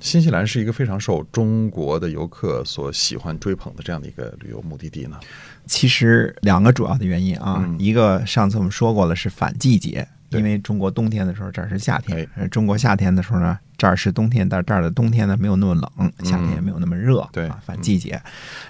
新西兰是一个非常受中国的游客所喜欢追捧的这样的一个旅游目的地呢？其实两个主要的原因啊，嗯一个上次我们说过了是反季节，对因为中国冬天的时候这儿是夏天，而中国夏天的时候呢这儿是冬天，但这儿的冬天呢没有那么冷，夏天也没有那么热，嗯对啊，反季节。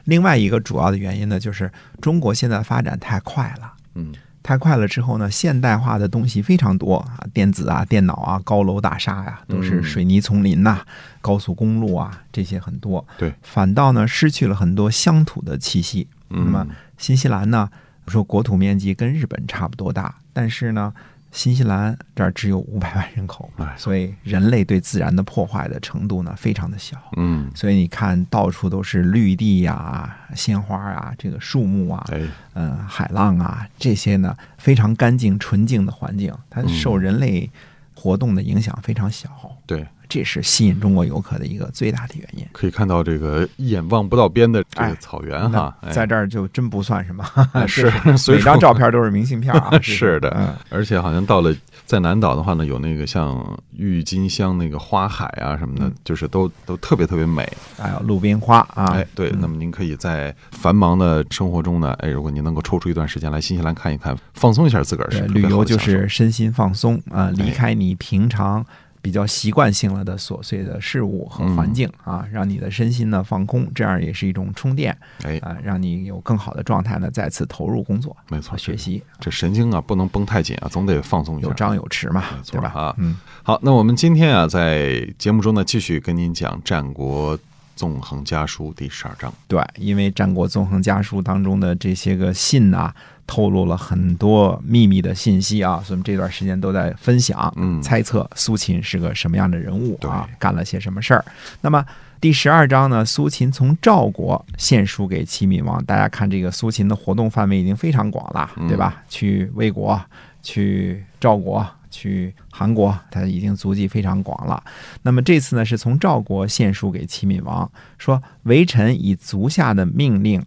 另外一个主要的原因呢，就是中国现在发展太快了。嗯，太快了之后呢，现代化的东西非常多啊，电子啊、电脑啊、高楼大厦呀、都是嗯水泥丛林呐、高速公路啊，这些很多。对，反倒呢失去了很多乡土的气息。嗯那么新西兰呢，我说国土面积跟日本差不多大，但是呢，新西兰这儿只有五百万人口哎，所以人类对自然的破坏的程度呢非常的小。嗯，所以你看，到处都是绿地呀、鲜花啊、这个树木啊，哎，嗯，海浪啊这些呢，非常干净纯净的环境，它嗯受人类活动的影响非常小，对，这是吸引中国游客的一个最大的原因。可以看到这个一眼望不到边的这哎个草原哈，那哎啊在这儿就真不算什么， 是每 随处张照片都是明信片 啊。这是的，嗯，而且好像到了在南岛的话呢，有那个像郁金香那个花海啊什么的，嗯就是都都特别特别美。还有路边花啊，哎，对，那么您可以在繁忙的生活中呢，哎，如果您能够抽出一段时间来新西兰看一看，放松一下自个儿，对是特旅别好游的就享受是身心放松啊、离哎开你平常比较习惯性了的琐碎的事物和嗯环境啊，让你的身心呢放空，这样也是一种充电哎，啊、让你有更好的状态呢再次投入工作没和错，学这习，这神经啊不能绷太紧啊，总得放松一有下。张有弛嘛没，错对吧？啊嗯，好，那我们今天啊，在节目中呢，继续跟您讲《战国纵横家书》第十二章。对，因为《战国纵横家书》当中的这些个信啊，透露了很多秘密的信息啊，所以我们这段时间都在分享、嗯猜测苏秦是个什么样的人物啊对，干了些什么事儿。那么第十二章呢，苏秦从赵国献书给齐闵王，大家看这个苏秦的活动范围已经非常广了，嗯对吧？去魏国，去赵国。去韩国，他已经足迹非常广了。那么这次呢，是从赵国献书给齐闵王，说微臣以足下的命令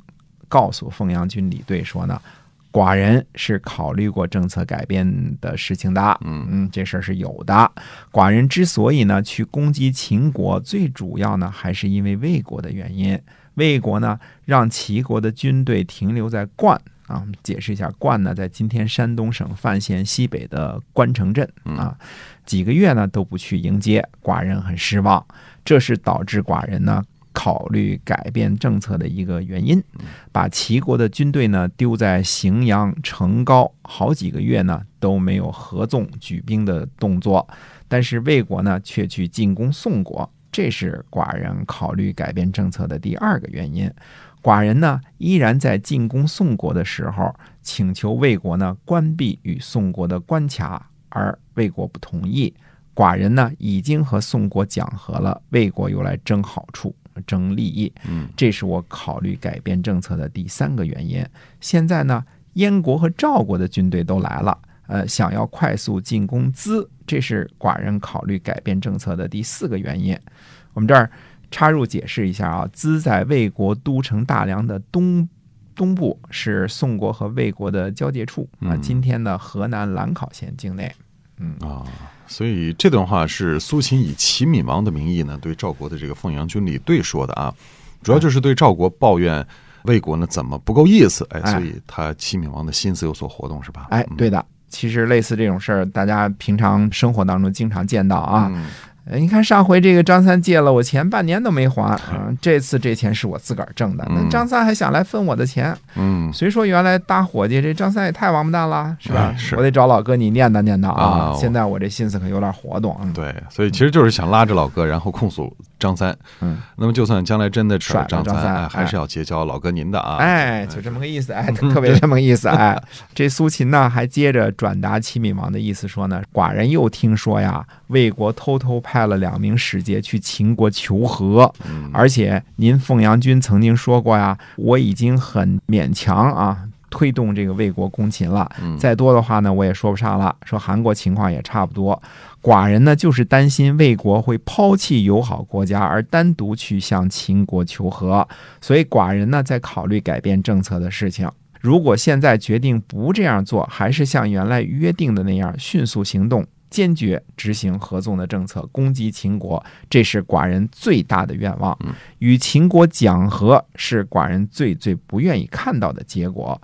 告诉凤阳君李队说呢，寡人是考虑过政策改变的事情的，嗯嗯，这事儿是有的。寡人之所以呢去攻击秦国，最主要呢还是因为魏国的原因。魏国呢让齐国的军队停留在灌啊，我们解释一下，灌呢在今天山东省范县西北的关城镇啊，几个月呢都不去迎接，寡人很失望，这是导致寡人呢。考虑改变政策的一个原因，把齐国的军队呢丢在荥阳、成皋，好几个月呢都没有合纵举兵的动作。但是魏国呢却去进攻宋国，这是寡人考虑改变政策的第二个原因。寡人呢依然在进攻宋国的时候，请求魏国呢关闭与宋国的关卡，而魏国不同意。寡人呢已经和宋国讲和了，魏国又来争好处、争利益。嗯，这是我考虑改变政策的第三个原因。现在呢，燕国和赵国的军队都来了，呃，想要快速进攻资，这是寡人考虑改变政策的第四个原因。我们这儿插入解释一下啊，资在魏国都城大梁的东。东部是宋国和魏国的交界处啊，嗯今天的河南兰考县境内。啊、所以这段话啊是苏秦以齐闵王的名义呢，对赵国的这个凤阳军李队说的啊，主要就是对赵国抱怨魏国呢怎么不够意思，哎，哎所以他齐闵王的心思有所活动是吧？哎，对的，其实类似这种事儿，大家平常生活当中经常见到啊。嗯哎你看上回这个张三借了我钱，半年都没还，嗯、这次这钱是我自个儿挣的，那嗯张三还想来分我的钱，嗯，谁说原来大伙计这张三也太王八蛋了，是吧？哎是我得找老哥你念叨念叨啊，啊我现在我这心思可有点活动，嗯，对，所以其实就是想拉着老哥，然后控诉张三。嗯，那么就算将来真的甩了甩了张张三哎还是要结交老哥您的啊。哎，就这么个意思， 哎，特别这么个意思， 哎，这苏秦呢还接着转达齐闵王的意思说呢，寡人又听说呀，魏国偷偷派了两名使节去秦国求和，而且您凤阳君曾经说过呀，我已经很勉强啊。推动这个魏国攻秦了。再多的话呢，我也说不上了。说韩国情况也差不多，寡人呢就是担心魏国会抛弃友好国家，而单独去向秦国求和，所以寡人呢在考虑改变政策的事情。如果现在决定不这样做，还是像原来约定的那样迅速行动，坚决执行合纵的政策，攻击秦国，这是寡人最大的愿望。与秦国讲和是寡人最最不愿意看到的结果。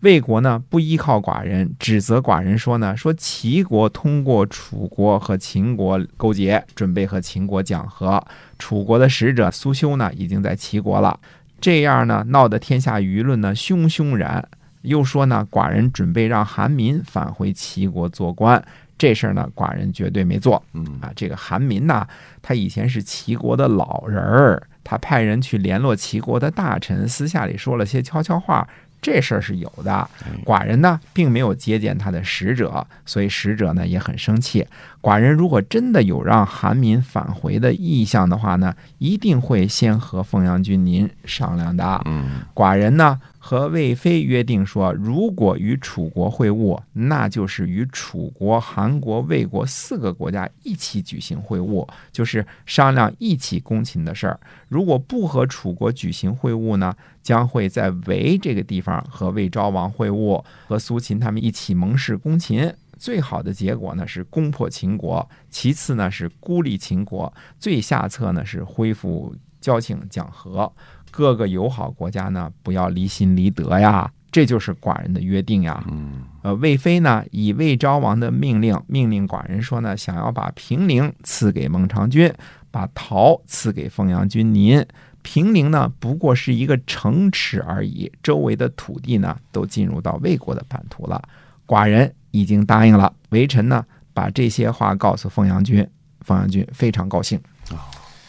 魏国呢不依靠寡人，指责寡人说呢，说齐国通过楚国和秦国勾结，准备和秦国讲和。楚国的使者苏修呢已经在齐国了，这样呢闹得天下舆论呢汹汹然。又说呢，寡人准备让韩民返回齐国做官，这事儿呢寡人绝对没做。嗯啊，这个韩民呐，他以前是齐国的老人儿，他派人去联络齐国的大臣，私下里说了些悄悄话，这事儿是有的。寡人呢，并没有接见他的使者，所以使者呢也很生气。寡人如果真的有让韩民返回的意向的话呢，一定会先和凤阳君您商量的。嗯寡人呢和魏妃约定说，如果与楚国会晤，那就是与楚国、韩国、魏国四个国家一起举行会晤，就是商量一起攻秦的事儿。如果不和楚国举行会晤呢，将会在围这个地方和魏昭王会晤，和苏秦他们一起盟誓攻秦。最好的结果呢是攻破秦国，其次呢是孤立秦国，最下策呢是恢复交情讲和。各个友好国家呢不要离心离德呀，这就是寡人的约定呀。嗯呃，魏妃呢以魏昭王的命令，命令寡人说呢，想要把平陵赐给孟尝君，把陶赐给凤阳君您。平陵呢不过是一个城池而已，周围的土地呢都进入到魏国的版图了。寡人已经答应了，微臣呢把这些话告诉凤阳君，凤阳君非常高兴。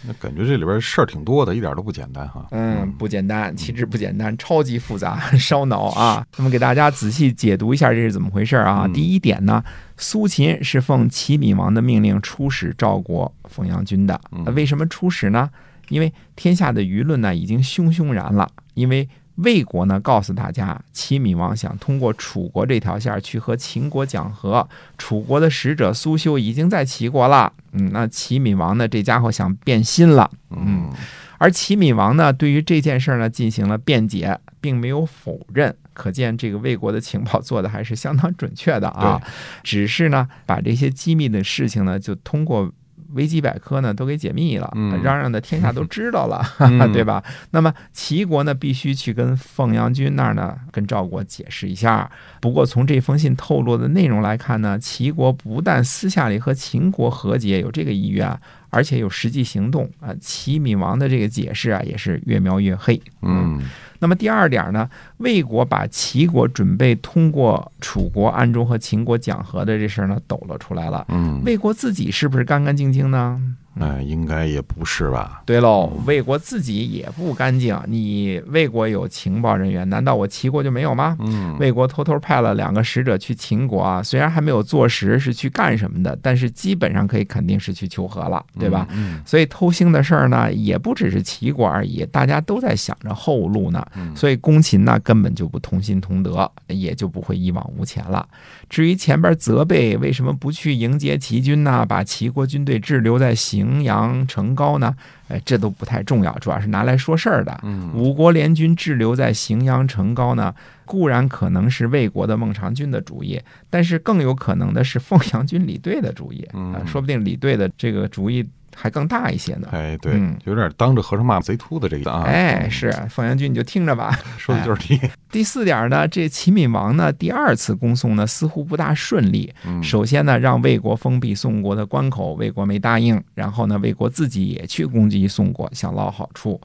那感觉这里边事儿挺多的，一点都不简单哈。嗯，不简单，岂止不简单，超级复杂， 烧脑 啊！那么给大家仔细解读一下这是怎么回事啊？嗯第一点呢，苏秦是奉齐闵王的命令出使赵国凤阳君的。嗯那为什么出使呢？因为天下的舆论呢已经汹汹然了，因为。魏国呢，告诉大家，齐闵王想通过楚国这条线儿去和秦国讲和，楚国的使者苏修已经在齐国了。嗯，那齐闵王呢，这家伙想变心了。嗯而齐闵王呢，对于这件事儿呢进行了辩解，并没有否认。可见这个魏国的情报做的还是相当准确的啊，只是呢把这些机密的事情呢，就通过维基百科呢都给解密了，嗯嚷嚷的天下都知道了。 啊， 嗯对？吧？那么齐国呢，必须去跟凤阳君那儿呢，跟赵国解释一下。不过从这封信透露的内容来看呢，齐国不但私下里和秦国和解有这个意愿，而且有实际行动啊。齐闵王的这个解释啊，也是越描越黑。嗯那么第二点呢，魏国把齐国准备通过楚国暗中和秦国讲和的这事儿呢，抖了出来了。嗯，魏国自己是不是干干净净呢？哎，应该也不是吧？对喽，魏国自己也不干净。你魏国有情报人员，难道我齐国就没有吗？嗯魏国偷偷派了两个使者去秦国啊，虽然还没有坐实是去干什么的，但是基本上可以肯定是去求和了，对吧？？嗯所以偷腥的事儿呢，也不只是齐国而已，大家都在想着后路呢。嗯所以攻秦呢，根本就不同心同德，也就不会一往无前了。至于前边责备为什么不去迎接齐军呢，把齐国军队滞留在荥阳、成皋呢？哎，这都不太重要，主要是拿来说事儿的。嗯五国联军滞留在荥阳、成皋呢，固然可能是魏国的孟尝君的主意，但是更有可能的是凤阳军李队的主意嗯啊、说不定李队的这个主意还更大一些呢。哎，对嗯，有点当着和尚骂贼秃的这个啊，哎，是凤阳君，你就听着吧。说的就是你。第四点呢，这齐闵王呢，第二次攻宋呢，似乎不大顺利。嗯首先呢，让魏国封闭宋国的关口，魏国没答应。然后呢，魏国自己也去攻击宋国，想捞好处。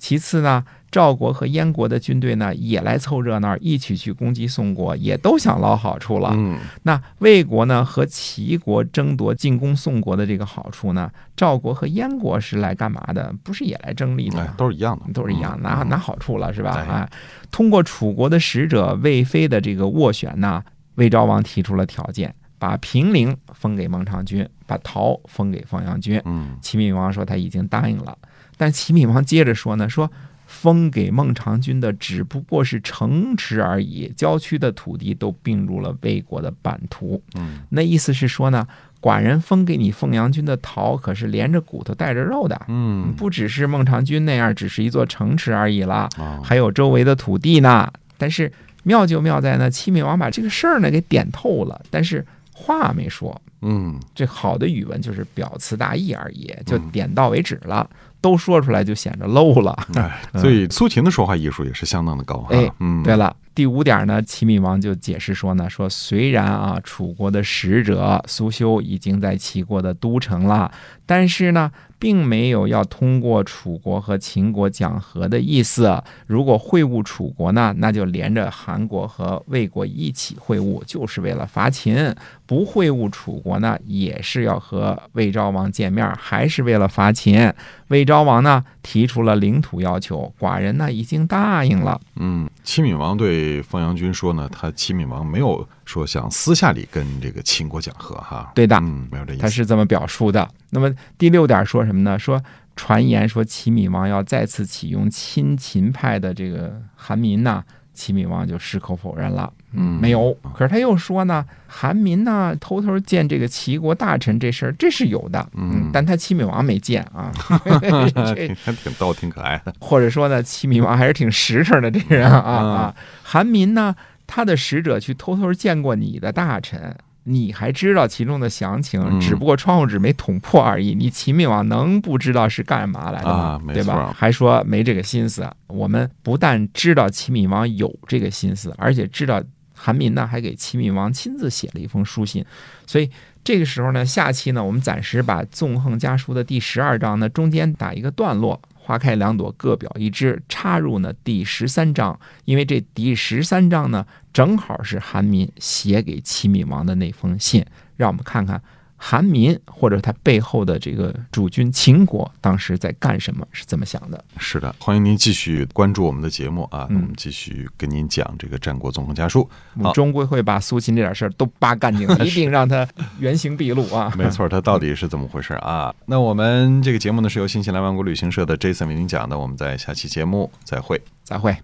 其次呢，赵国和燕国的军队呢，也来凑热闹，一起去攻击宋国，也都想捞好处了。嗯那魏国呢和齐国争夺进攻宋国的这个好处呢，赵国和燕国是来干嘛的？不是也来争利的哎吗，？都是一样的，都是一样，嗯拿拿好处了是吧？哎啊，通过楚国的使者魏妃的这个斡旋呢，魏昭王提出了条件，把平陵封给孟尝君，把陶封给方阳君。嗯齐闵王说他已经答应了，但齐闵王接着说呢，说封给孟尝君的只不过是城池而已，郊区的土地都并入了魏国的版图。嗯那意思是说呢，寡人封给你凤阳君的桃可是连着骨头带着肉的，嗯不只是孟尝君那样，只是一座城池而已啦，啊还有周围的土地呢。但是妙就妙在呢，齐闵王把这个事儿呢给点透了，但是话没说。嗯这好的语文就是表词大意而已，就点到为止了，都说出来就显着 low 了。哎，所以苏秦的说话艺术也是相当的高哈嗯哎。嗯，对了，第五点呢，齐闵王就解释说呢，说虽然啊，楚国的使者苏修已经在齐国的都城了，但是呢，并没有要通过楚国和秦国讲和的意思。如果会晤楚国呢，那就连着韩国和魏国一起会晤，就是为了伐秦；不会晤楚国呢，也是要和魏昭王见面，还是为了伐秦。魏昭王呢提出了领土要求，寡人呢已经答应了。嗯，齐闵王对凤阳君说呢，他齐闵王没有说想私下里跟这个秦国讲和哈。对的嗯，没有这意他思。是这么表述的。那么第六点说什么呢？说传言说齐闵王要再次启用亲秦派的这个韩民呐，齐闵王就矢口否认了，嗯没有。可是他又说呢，韩民呐偷偷见这个齐国大臣这事儿这是有的，嗯但他齐闵王没见 啊。这挺还挺逗，挺可爱的。或者说呢，齐闵王还是挺实诚的这人啊啊嗯啊！韩民呢，他的使者去偷偷见过你的大臣，你还知道其中的详情，嗯只不过窗户纸没捅破而已。你齐闵王能不知道是干嘛来的吗啊？没对吧错？还说没这个心思。我们不但知道齐闵王有这个心思，而且知道韩民呢还给齐闵王亲自写了一封书信，所以。这个时候呢，下期呢，我们暂时把《纵横家书》的第十二章呢中间打一个段落，花开两朵，各表一枝，插入呢第十三章，因为这第十三章呢正好是韩民写给齐闵王的那封信，让我们看看韩民或者他背后的这个主君秦国当时在干什么，是怎么想的。是的，欢迎您继续关注我们的节目啊，嗯我们继续跟您讲这个《战国纵横家书我好们终归会把苏秦这点事儿都扒干净 的，一定让他原形毕露啊》。！没错，它到底是怎么回事啊？那我们这个节目呢，是由新西兰万国旅行社的 Jason 为您讲的，我们在下期节目再会。再会。